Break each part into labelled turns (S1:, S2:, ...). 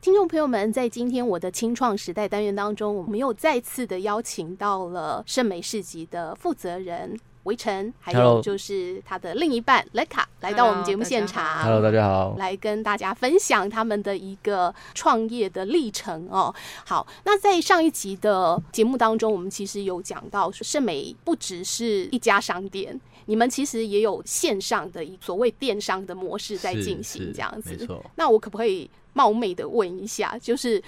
S1: 听众朋友们，在今天我的清创时代单元当中，我们又再次的邀请到了圣美市集的负责人维晨，还有
S2: Hello
S1: 就是他的另一半 Leka 来到我们节目现场。
S2: Hello，大家好。
S1: 啊来跟大家分享他们的一个创业的历程哦。好，那在上一集的节目当中，我们其实有讲到说，圣美不只是一家商店，你们其实也有线上的一所谓电商的模式在
S2: 是
S1: 进行，
S2: 是
S1: 这样子。
S2: 没错
S1: 那我可不可以冒昧的问一下，就是？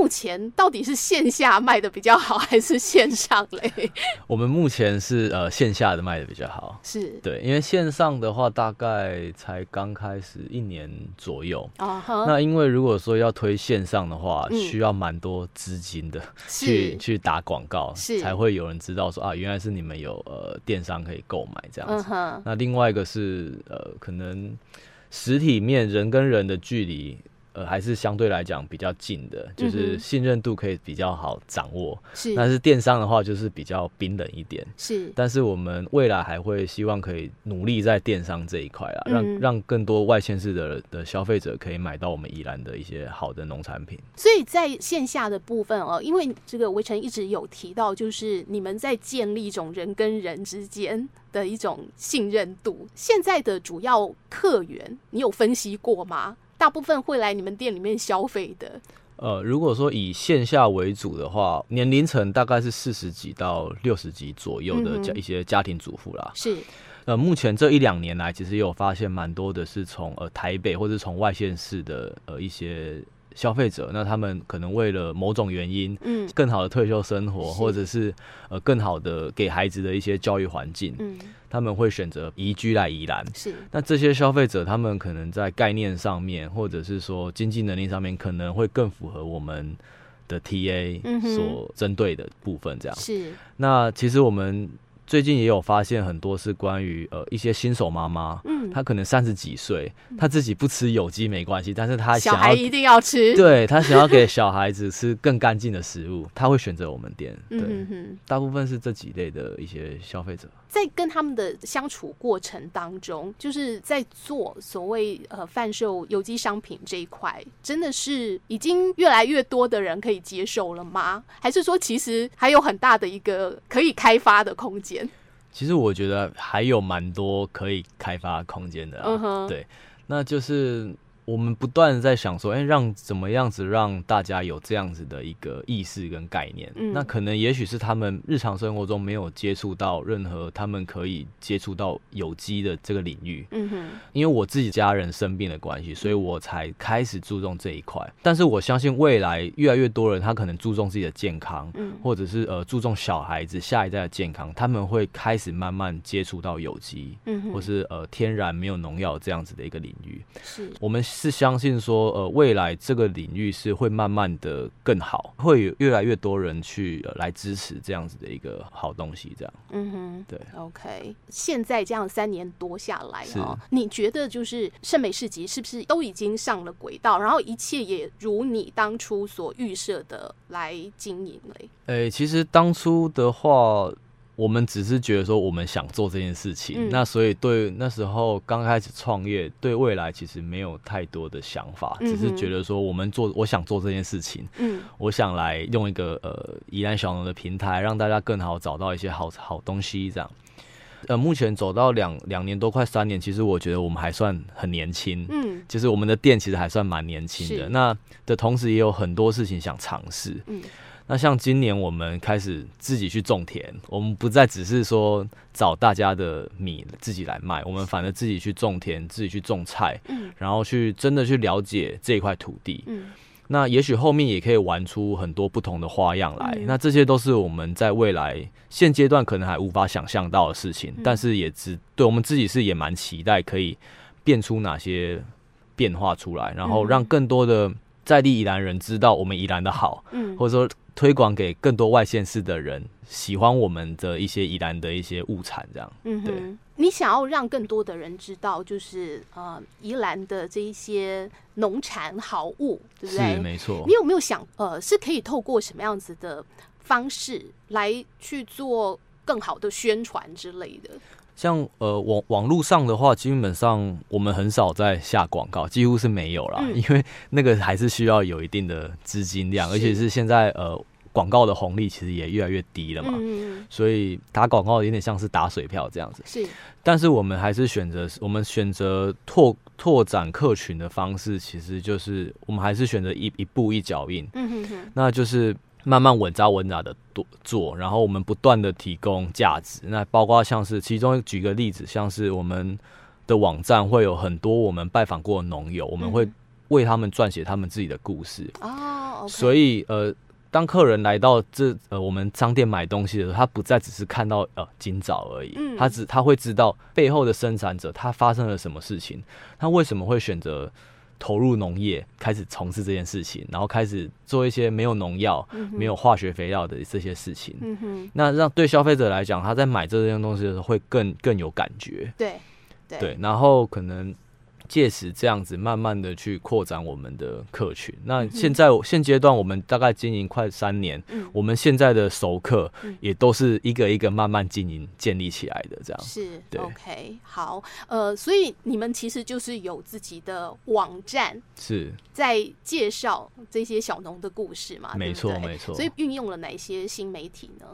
S1: 目前到底是线下卖的比较好，还是线上嘞？
S2: 我们目前是呃线下的卖的比较好，
S1: 是
S2: 对，因为线上的话大概才刚开始一年左右。
S1: 啊哈，
S2: 那因为如果说要推线上的话，
S1: 嗯
S2: 需要蛮多资金的，去
S1: 是
S2: 去打广告，
S1: 是
S2: 才会有人知道说啊，原来是你们有呃电商可以购买这样
S1: 嗯
S2: 子。
S1: 哼，
S2: 那另外一个是呃，可能实体面人跟人的距离。呃，还是相对来讲比较近的，
S1: 嗯
S2: 就
S1: 哼
S2: 是信任度可以比较好掌握。
S1: 是
S2: 但是电商的话，就是比较冰冷一点。
S1: 是
S2: 但是我们未来还会希望可以努力在电商这一块啦，让、
S1: 嗯
S2: 让更多外县市的的消费者可以买到我们宜兰的一些好的农产品。
S1: 所以在线下的部分哦，因为这个围城一直有提到，就是你们在建立一种人跟人之间的一种信任度。现在的主要客源，你有分析过吗？大部分会来你们店里面消费的，
S2: 呃，如果说以线下为主的话，年龄层大概是四十几到六十几左右的
S1: 嗯哼
S2: 家、一些家庭主妇啦。
S1: 是
S2: 呃，目前这一两年来，其实也有发现蛮多的是从呃台北或者从外县市的呃一些消费者，那他们可能为了某种原因，
S1: 嗯
S2: 更好的退休生活，
S1: 是
S2: 或者是呃更好的给孩子的一些教育环境，
S1: 嗯
S2: 他们会选择移居来宜兰。
S1: 是
S2: 那这些消费者，他们可能在概念上面，或者是说经济能力上面，可能会更符合我们的
S1: 嗯
S2: TA
S1: 哼
S2: 所针对的部分。这样，
S1: 是
S2: 那其实我们最近也有发现很多是关于呃一些新手妈妈，
S1: 嗯，
S2: 她可能三十几岁，她自己不吃有机没关系，但是她
S1: 小
S2: 想
S1: 孩
S2: 要
S1: 一定要 吃，
S2: 对他想要给小孩子吃更干净的食物，他会选择我们店。对，
S1: 嗯哼哼。
S2: 大部分是这几类的一些消费者。
S1: 在跟他们的相处过程当中，就是在做所谓呃贩售有机商品这一块，真的是已经越来越多的人可以接受了吗？还是说其实还有很大的一个可以开发的空间？
S2: 其实我觉得还有蛮多可以开发空间的、
S1: 嗯
S2: 啊。
S1: 哼
S2: 对，那就是我们不断地在想说，哎、让怎么样子让大家有这样子的一个意识跟概念？
S1: 嗯
S2: 那可能也许是他们日常生活中没有接触到任何他们可以接触到有机的这个领域。
S1: 嗯哼，
S2: 因为我自己家人生病的关系，所以我才开始注重这一块。但是我相信未来越来越多人，他可能注重自己的健康，
S1: 嗯
S2: 或者是呃注重小孩子下一代的健康，他们会开始慢慢接触到有机。
S1: 嗯
S2: 或
S1: 哼，
S2: 是呃天然没有农药这样子的一个领域，
S1: 是
S2: 我们是相信说，呃，未来这个领域是会慢慢的更好，会有越来越多人去、呃、来支持这样子的一个好东西，这样。
S1: 嗯哼，
S2: 对
S1: ，OK。现在这样三年多下来哦，你觉得就是圣美市集是不是都已经上了轨道，然后一切也如你当初所预设的来经营嘞？
S2: 诶、其实当初的话，我们只是觉得说我们想做这件事
S1: 嗯
S2: 情，那所以对那时候刚开始创业，对未来其实没有太多的想法，
S1: 嗯哼
S2: 只是觉得说我们做我想做这件事情，
S1: 嗯
S2: 我想来用一个呃宜兰小农的平台，让大家更好找到一些好好东西这样。呃，目前走到两两年多，快三年，其实我觉得我们还算很年轻，
S1: 嗯
S2: 就是我们的店其实还算蛮年轻
S1: 是
S2: 的。那的同时也有很多事情想尝试，
S1: 嗯，
S2: 那像今年我们开始自己去种田，我们不再只是说找大家的米自己来卖，我们反而自己去种田，自己去种菜，
S1: 嗯
S2: 然后去真的去了解这一块土地。
S1: 嗯
S2: 那也许后面也可以玩出很多不同的花样来。
S1: 嗯
S2: 那这些都是我们在未来现阶段可能还无法想象到的事情，
S1: 嗯
S2: 但是也只对我们自己是也蛮期待可以变出哪些变化出来，然后
S1: 嗯
S2: 让更多的在地宜兰人知道我们宜兰的好。
S1: 嗯，
S2: 或者说推广给更多外县市的人，喜欢我们的一些宜兰的一些物产，这样。
S1: 嗯
S2: 对
S1: 哼，你想要让更多的人知道，就是呃，宜兰的这一些农产好物，对不对？
S2: 没错
S1: 你。有没有想，呃，是可以透过什么样子的方式来去做更好的宣传之类的？
S2: 像呃网网络上的话，基本上我们很少在下广告，几乎是没有啦，
S1: 嗯
S2: 因为那个还是需要有一定的资金量，
S1: 是
S2: 而且是现在呃广告的红利其实也越来越低了嘛，
S1: 嗯，嗯嗯
S2: 所以打广告有点像是打水漂这样子。
S1: 是
S2: 但是我们还是选择，我们选择拓拓展客群的方式，其实就是我们还是选择一一步一脚印，
S1: 嗯哼哼，
S2: 那就是慢慢稳扎稳打的做做，然后我们不断的提供价值。那包括像是其中举个例子，像是我们的网站会有很多我们拜访过的农友，我们会
S1: 嗯
S2: 为他们撰写他们自己的故事。
S1: 哦，
S2: 所
S1: 以
S2: 以呃，当客人来到这呃我们商店买东西的时候，他不再只是看到呃今早而已，
S1: 嗯
S2: 他只他会知道背后的生产者他发生了什么事情，他为什么会选择。投入农业，开始从事这件事情，然后开始做一些没有农药、没有化学肥料的这些事情。
S1: 嗯哼，
S2: 那让对消费者来讲，他在买这件东西的时候会更更有感觉。
S1: 对对
S2: 对，然后可能借此这样子慢慢的去扩展我们的客群。那现在、现阶段我们大概经营快三年，
S1: 嗯
S2: 我们现在的熟客
S1: 嗯
S2: 也都是一个一个慢慢经营建立起来的这样。
S1: 是
S2: 哦对
S1: OK 好，呃，所以你们其实就是有自己的网站
S2: 是，
S1: 在介绍这些小农的故事嘛？
S2: 没错
S1: 对不对
S2: 没错
S1: 所以运用了哪一些新媒体呢？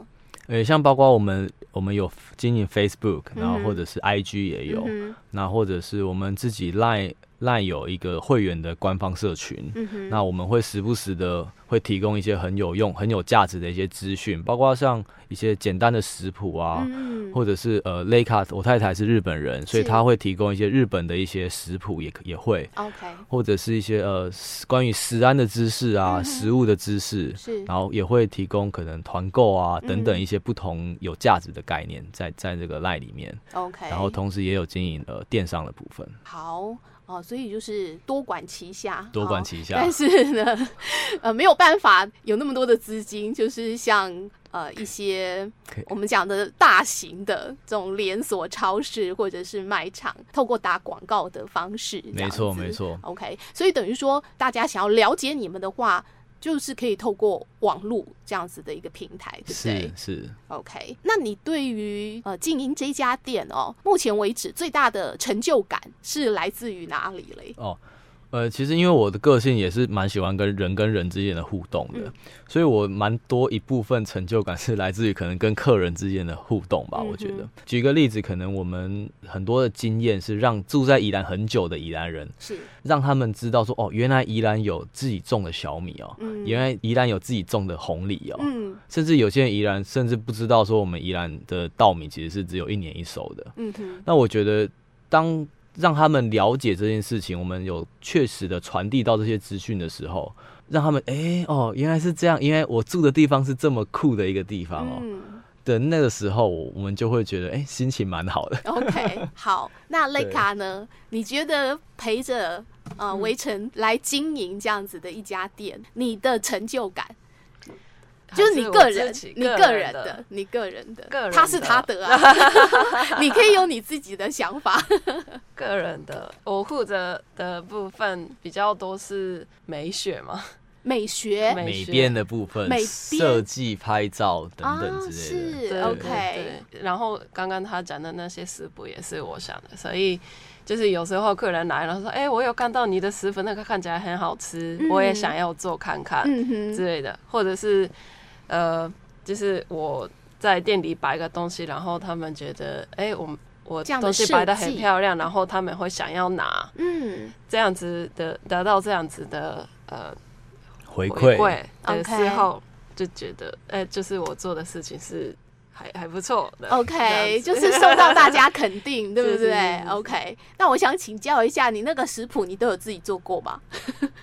S2: 呃，像包括我们我们有经营 Facebook，然后
S1: 嗯哼
S2: 或者是 IG 也有，
S1: 嗯哼
S2: 那或者是我们自己 Line Line 有一个会员的官方社群，
S1: 嗯哼，
S2: 那我们会时不时的会提供一些很有用、很有价值的一些资讯，包括像一些简单的食谱啊，
S1: 嗯
S2: 或者是呃 l e k a 我太太是日本人，所以
S1: 是
S2: 她会提供一些日本的一些食谱，也也会，
S1: ，OK
S2: 或者是一些呃食关于食安的知识啊、
S1: 嗯
S2: 食物的知识，
S1: 是
S2: 然后也会提供可能团购啊等等
S1: 嗯
S2: 一些不同有价值的概念在在这个 line 里面，
S1: OK，
S2: 然后同时也有经营呃电商的部分，
S1: 好哦，所以就是多管齐下，
S2: 多管
S1: 哦
S2: 齐下
S1: 但是呢， 呃，没有办法有那么多的资金，就是像呃一些
S2: 可以
S1: 我们讲的大型的这种连锁超市或者是卖场，透过打广告的方式，这
S2: 没
S1: 样
S2: 错
S1: 子
S2: 没。错，
S1: OK，所以等于说，大家想要了解你们的话，就是可以透过网络这样子的一个平台，对不对
S2: 是？是。
S1: OK，那你对于呃经营这家店哦，目前为止最大的成就感是来自于哪里嘞？
S2: 哦，呃，其实因为我的个性也是蛮喜欢跟人跟人之间的互动的，
S1: 嗯
S2: 所以我蛮多一部分成就感是来自于可能跟客人之间的互动吧。我觉
S1: 嗯
S2: 得，举个例子，可能我们很多的经验是让住在宜兰很久的宜兰人，
S1: 是，
S2: 让他们知道说，哦，原来宜兰有自己种的小米哦，
S1: 嗯
S2: 原来宜兰有自己种的红梨哦。
S1: 嗯
S2: 甚至有些人宜兰甚至不知道说我们宜兰的稻米其实是只有一年一熟的，
S1: 嗯哼，
S2: 那我觉得，当让他们了解这件事情，我们有确实的传递到这些资讯的时候，让他们哎、诶哦，原来是这样，因为我住的地方是这么酷的一个地方哦。
S1: 嗯
S2: 的那个时候，我我们就会觉得哎、诶心情蛮好的。
S1: ，OK，好，那
S2: 对嗯
S1: 雷卡呢？你觉得陪着呃围城来经营这样子的一家店，你的成就感？就是你个人，你个
S3: 个
S1: 人
S3: 的
S1: 的，你个人的，
S3: 个人
S1: 他是
S3: 的
S1: 他的啊， 你可以有你自己的想法，
S3: 个人的，我负责的部分比较多是美学嘛，
S1: 美学，
S3: 美
S2: 美
S3: 学
S2: 编的部分
S1: 美、编
S2: 设计、拍照等
S1: 啊、
S2: 等之类的。
S1: 是
S3: 对
S1: OK，
S3: 对然后刚刚他讲的那些食谱也是我想的，所以就是有时候客人来了说：“哎、我有看到你的食谱，那个看起来很好吃，
S1: 嗯
S3: 我也想要做看看、
S1: 嗯哼，
S3: 之类的。”或者是呃，就是我在店里摆个东西，然后他们觉得：“哎、我我
S1: 这样的
S3: 东西摆的很
S1: 设计
S3: 漂亮。”然后他们会想要拿
S1: 嗯，
S3: 这样子的，得到这样子的呃
S2: 回馈
S3: 回馈的
S1: OK
S3: 时候，就觉得哎、就是我做的事情是还还不错的。呃这
S1: OK，
S3: 样子
S1: 就是受到大家肯定，对不
S3: 是是
S1: 对
S3: 是是
S1: ？OK，那我想请教一下，你那个食谱你都有自己做过吗？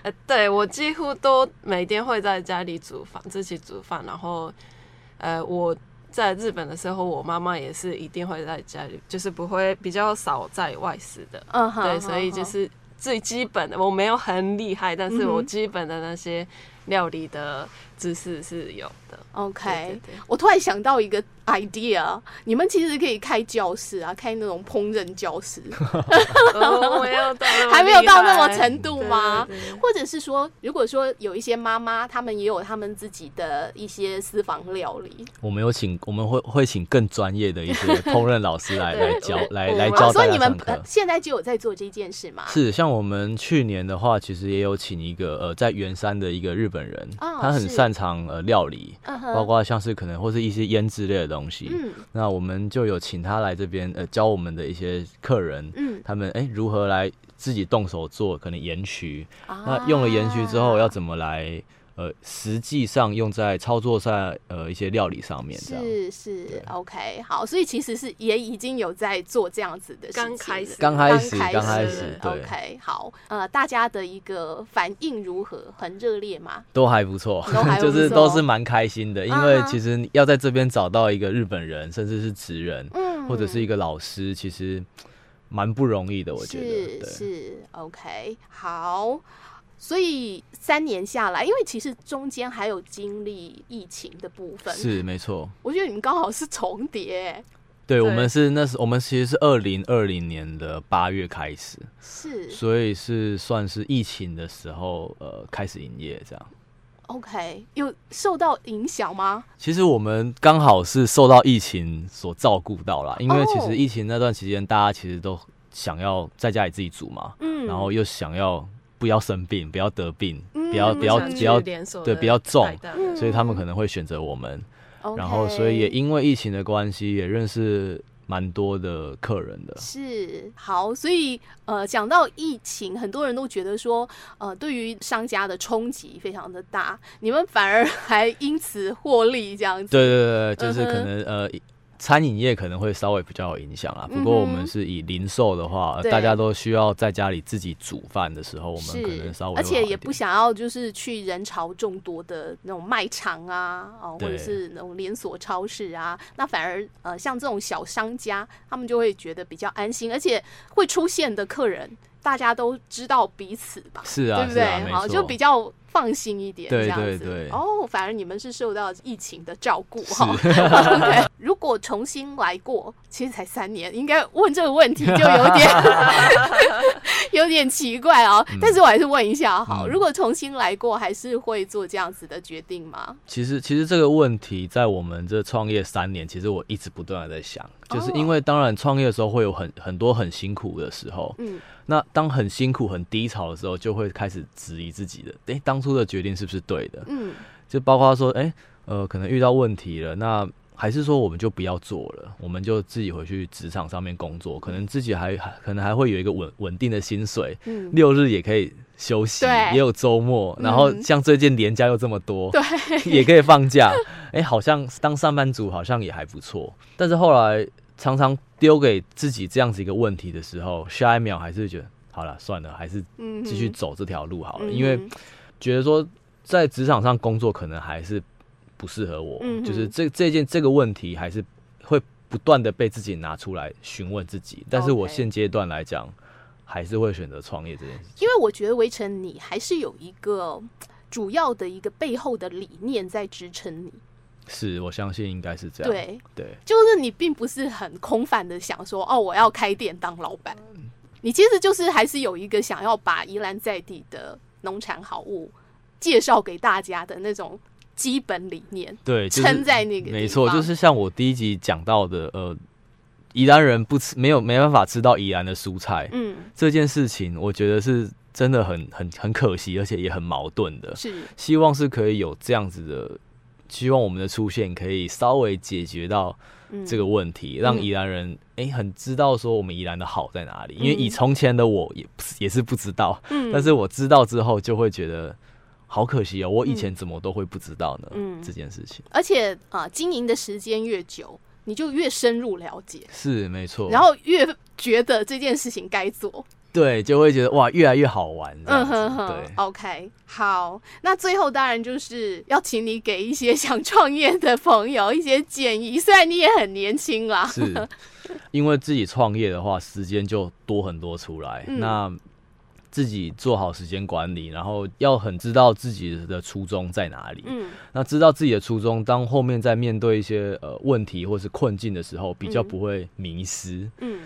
S3: 呃，对我几乎都每天会在家里煮饭，自己煮饭。然后，呃，我在日本的时候，我妈妈也是一定会在家里，就是不会比较少在外食的。
S1: 嗯哼，
S3: 对，所以就
S1: 哼
S3: 是最基本的，我没有很厉害，但是
S1: 嗯
S3: 我
S1: 哼
S3: 基本的那些料理的知识是有的。
S1: OK，
S3: 对对对
S1: 我突然想到一个 idea，你们其实可以开教室啊，开那种烹饪教 室，
S3: 哦没有到那么
S1: 还没有到那么
S3: 厉害
S1: 程度吗？
S3: 对对对
S1: 或者是说，如果说有一些妈妈，她们也有她们自己的一些私房料理，
S2: 我们有请，我们会会请更专业的一 些烹饪老师来
S3: 对
S2: 来教
S3: 我
S2: 来
S3: 我
S2: 来
S3: 们
S2: 教
S1: 所
S2: 大
S1: 以你
S2: 家
S1: 们
S2: 上课
S1: 呃。现在就有在做这件事吗？
S2: 是，像我们去年的话，其实也有请一个呃，在圆山的一个日本人，
S1: 哦
S2: 他很
S1: 是
S2: 擅长呃料理，
S1: 嗯
S2: 包
S1: 哼，
S2: 括像是可能或是一些腌制类的东西。
S1: 嗯
S2: 那我们就有请他来这边呃教我们的一些客人，
S1: 嗯，
S2: 他们哎、如何来自己动手做，可能盐曲，那用了盐曲之后
S1: 啊
S2: 要怎么来呃实际上用在操作上呃一些料理上面这样。
S1: 是是，OK，好，所以其实是也已经有在做这样子的事情了，
S3: 刚开始
S2: 刚开始，
S1: 刚开
S2: 刚开
S3: 始
S2: 始，对，
S1: ，OK，好，呃，大家的一个反应如何？很热烈吗？
S2: 都还不错
S1: 都还，不错
S2: 就是都是蛮开心的，因为
S1: 啊哈
S2: 其实要在这边找到一个日本人，甚至是职人，
S1: 嗯，
S2: 或者是一个老师，其实蛮不容易的，我觉得，
S1: 是
S2: 对，
S1: 是 OK，好。所以三年下来，因为其实中间还有经历疫情的部分，
S2: 是没错。
S1: 我觉得你们刚好是重 叠，
S2: 对，我
S3: 对
S2: 们是那时，我们其实是二零二零年的八月开始，
S1: 是
S2: 所以是算是疫情的时候，呃，开始营业这样。
S1: OK，有受到影响吗？
S2: 其实我们刚好是受到疫情所照顾到啦，因为其
S1: 哦
S2: 实疫情那段期间，大家其实都想要在家里自己煮嘛，
S1: 嗯，
S2: 然后又想要不要生病，不要得病，
S1: 嗯
S2: 不要
S1: 嗯
S2: 不要
S1: 想
S2: 不
S1: 去
S2: 要，
S3: 连锁
S2: 对
S3: 的
S2: 比较重
S3: 代代的
S1: 嗯
S2: 所以他们可能会选择我们。
S1: OK，
S2: 然后，所以也因为疫情的关系，也认识蛮多的客人的。
S1: 是好，所以呃，讲到疫情，很多人都觉得说，呃，对于商家的冲击非常的大，你们反而还因此获利这样子。
S2: 对对对，对就是
S1: 嗯
S2: 可
S1: 哼
S2: 能呃。餐饮业可能会稍微比较有影响啦，不过
S1: 嗯哼
S2: 我们是以零售的话，呃
S1: 对
S2: 大家都需要在家里自己煮饭的时候，我们可能
S1: 是
S2: 稍微，会
S1: 而
S2: 好
S1: 且
S2: 一
S1: 也不
S2: 点
S1: 想要就是去人潮众多的那种卖场啊，哦，或者
S2: 对
S1: 是那种连锁超市啊，那反而呃像这种小商家，他们就会觉得比较安心，而且会出现的客人，大家都知道彼此吧，
S2: 是啊
S1: 对不
S2: 是
S1: 对？
S2: 啊，没
S1: 好，
S2: 错，
S1: 就比较放心一点，
S2: 对
S1: 这样
S2: 对
S1: 子。
S2: 对
S1: 哦，反而你们是受到疫情的照顾
S2: 是
S1: 哈。OK，如果重新来过，其实才三年，应该问这个问题就有点 有点奇怪哦。但是我还是问一下好，
S2: 嗯
S1: 如果重新来过，还是会做这样子的决定吗？
S2: 其实，其实这个问题在我们这创业三年，其实我一直不断的在想，就是
S1: 哦
S2: 因为当然创业的时候会有很很多很辛苦的时候，
S1: 嗯，
S2: 那当很辛苦、很低潮的时候，就会开始质疑自己的，诶、当初的决定是不是对的？
S1: 嗯，
S2: 就包括说，诶、呃，可能遇到问题了，那还是说我们就不要做了，我们就自己回去职场上面工作，可能自己还还可能还会有一个稳稳定的薪水，
S1: 嗯
S2: 六日也可以休息，
S1: 对
S2: 也有周末，然后
S1: 嗯
S2: 像最近年假又这么多，
S1: 对，
S2: 也可以放假。哎、好像当上班族好像也还不错。但是后来常常丢给自己这样子一个问题的时候，下一秒还是觉得好了，算了，还是
S1: 嗯，
S2: 继续走这条路好了，
S1: 嗯，
S2: 因为觉得说在职场上工作可能还是不适合我，
S1: 嗯哼
S2: 就是这这件这个问题还是会不断的被自己拿出来询问自己。但是我
S1: OK
S2: 现阶段来讲，还是会选择创业这件事情。
S1: 因为我觉得围城你还是有一个主要的一个背后的理念在支撑你，
S2: 是我相信应该是这样。
S1: 对，
S2: 对。啊
S1: 就是你并不是很空泛的想说哦，我要开店当老板，你其实就是还是有一个想要把宜兰在地的农产好物介绍给大家的那种基本理念。
S2: 对，哎就
S1: 撑
S2: 是
S1: 在那个地
S2: 没错，
S1: 方
S2: 就是像我第一集讲到的，呃，宜兰人不吃没有没办法吃到宜兰的蔬菜、
S1: 嗯，
S2: 这件事情，我觉得是真的很很很可惜，而且也很矛盾的。
S1: 是
S2: 希望是可以有这样子的，希望我们的出现可以稍微解决到
S1: 嗯
S2: 这个问题，让宜兰人哎、诶很知道说我们宜兰的好在哪里。因为以
S1: 嗯
S2: 从前的我也不是也是不知道，
S1: 嗯
S2: 但是我知道之后就会觉得好可惜哦，我以前怎么都会不知道呢？
S1: 嗯
S2: 这件事情。
S1: 而且啊、呃经营的时间越久，你就越深入了解，
S2: 是没错，
S1: 然后越觉得这件事情该做。
S2: 对，就会觉得哇，越来越好玩这样
S1: 嗯
S2: 子。
S1: 哼哼
S2: 对，
S1: ，OK，好，那最后当然就是要请你给一些想创业的朋友一些建议，虽然你也很年轻 啦，
S2: 是因为自己创业的话，时间就多很多出来。
S1: 嗯
S2: 那自己做好时间管理，然后要很知道自己的初衷在哪里。
S1: 嗯，
S2: 那知道自己的初衷，当后面在面对一些呃问题或是困境的时候，比较
S1: 嗯
S2: 不会迷失。
S1: 嗯，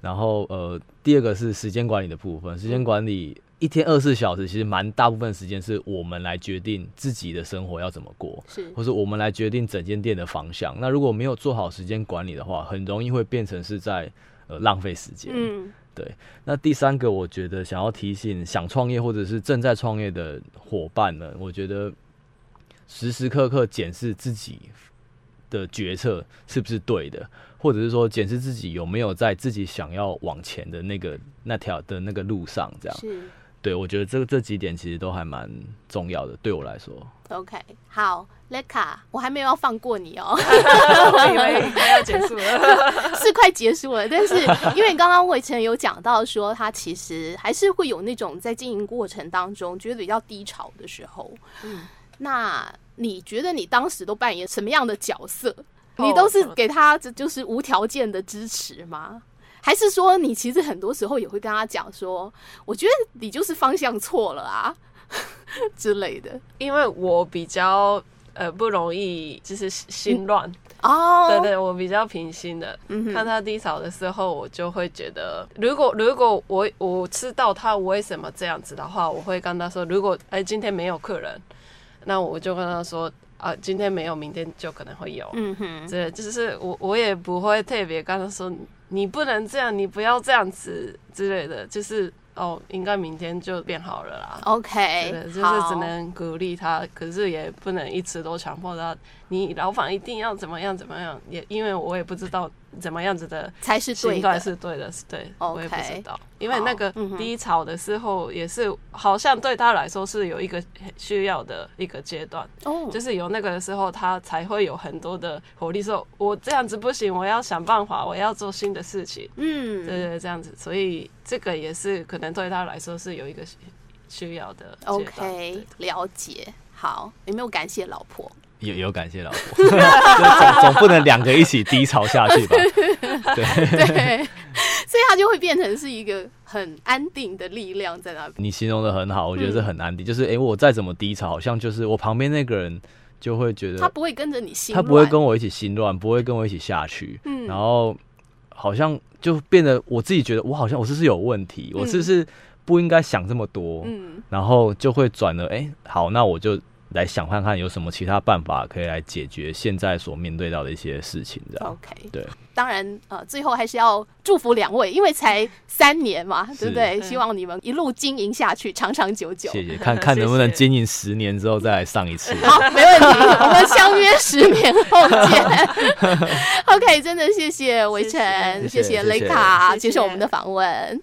S2: 然后呃，第二个是时间管理的部分，时间管理。一天二十四小时，其实蛮大部分时间是我们来决定自己的生活要怎么过，
S1: 是，
S2: 或是我们来决定整间店的方向。那如果没有做好时间管理的话，很容易会变成是在呃浪费时间。
S1: 嗯
S2: 那第三个，我觉得想要提醒想创业或者是正在创业的伙伴们，我觉得时时刻刻检视自己的决策是不是对的，或者是说检视自己有没有在自己想要往前的那个那条的那个路上，这样。
S1: 是。
S2: 对，我觉得这这几点其实都还蛮重要的，对我来说。
S1: OK，好，Leka，我还没有要放过你哦，
S3: 我以为快要结束了。
S1: 是快结束了。但是因为刚刚魏晨有讲到说，他其实还是会有那种在经营过程当中觉得比较低潮的时候。
S3: 嗯
S1: 那你觉得你当时都扮演什么样的角色？
S3: 哦
S1: 你都是
S3: 什么
S1: 给他这就是无条件的支持吗？还是说你其实很多时候也会跟他讲说，我觉得你就是方向错了啊 之类的
S3: 因为我比较呃不容易就是心乱，
S1: 哦
S3: 对对，我比较平心的。
S1: 嗯哼
S3: 看他低潮的时候，我就会觉得，如果如果我我知道他为什么这样子的话，我会跟他说，如果哎今天没有客人，那我就跟他说啊，今天没有，明天就可能会有。
S1: 嗯哼，
S3: 对，就是我我也不会特别跟他说你不能这样，你不要这样子之类的，就是哦，应该明天就变好了啦。
S1: OK，
S3: 对，就是
S1: 哎好
S3: 只能鼓励他，可是也不能一直都强迫他。你老板一定要怎么样怎么样，也因为我也不知道怎么样子的
S1: 才是对
S3: 心
S1: 的，
S3: 态是对的，是对
S1: OK
S3: 我也不知道，因为那个
S1: 嗯哼
S3: 低潮的时候也是，好像对他来说是有一个需要的一个阶段，
S1: 哦，
S3: 就是有那个的时候，他才会有很多的活力，说我这样子不行，我要想办法，我要做新的事情，
S1: 嗯，
S3: 对对，这样子，所以这个也是可能对他来说是有一个需需要的阶段
S1: OK，了解。好，有没有感谢老婆？
S2: 也也有感谢老婆， 就总总不能两个一起低潮下去 吧？
S1: 对，所以他就会变成是一个很安定的力量在那边。
S2: 你形容的很好，我觉得这很安定。就是诶，我再怎么低潮，好像就是我旁边那个人就会觉得
S1: 他不会跟着你心
S2: 他
S1: 乱，
S2: 不会跟我一起心乱，不会跟我一起下去，
S1: 嗯
S2: 然后好像就变得我自己觉得我好像我是不是有问题，我是不是不应该想这么多，
S1: 嗯
S2: 然后就会转了，哎、好，那我就来想看看有什么其他办法可以来解决现在所面对到的一些事情，这样。
S1: OK。
S2: 对，
S1: 当然呃，最后还是要祝福两位，因为才三年嘛，对不
S2: 是
S1: 对？
S3: 嗯
S1: 希望你们一路经营下去，长长久久。
S2: 谢谢， 看看能不能
S3: 谢谢
S2: 经营十年之后再来上一次。
S1: 好，没问题，我们相约十年后见。OK，真的谢谢维晨，
S2: 谢
S1: 谢
S2: 谢谢谢
S1: 雷卡
S3: 谢谢
S1: 接受我们的访问。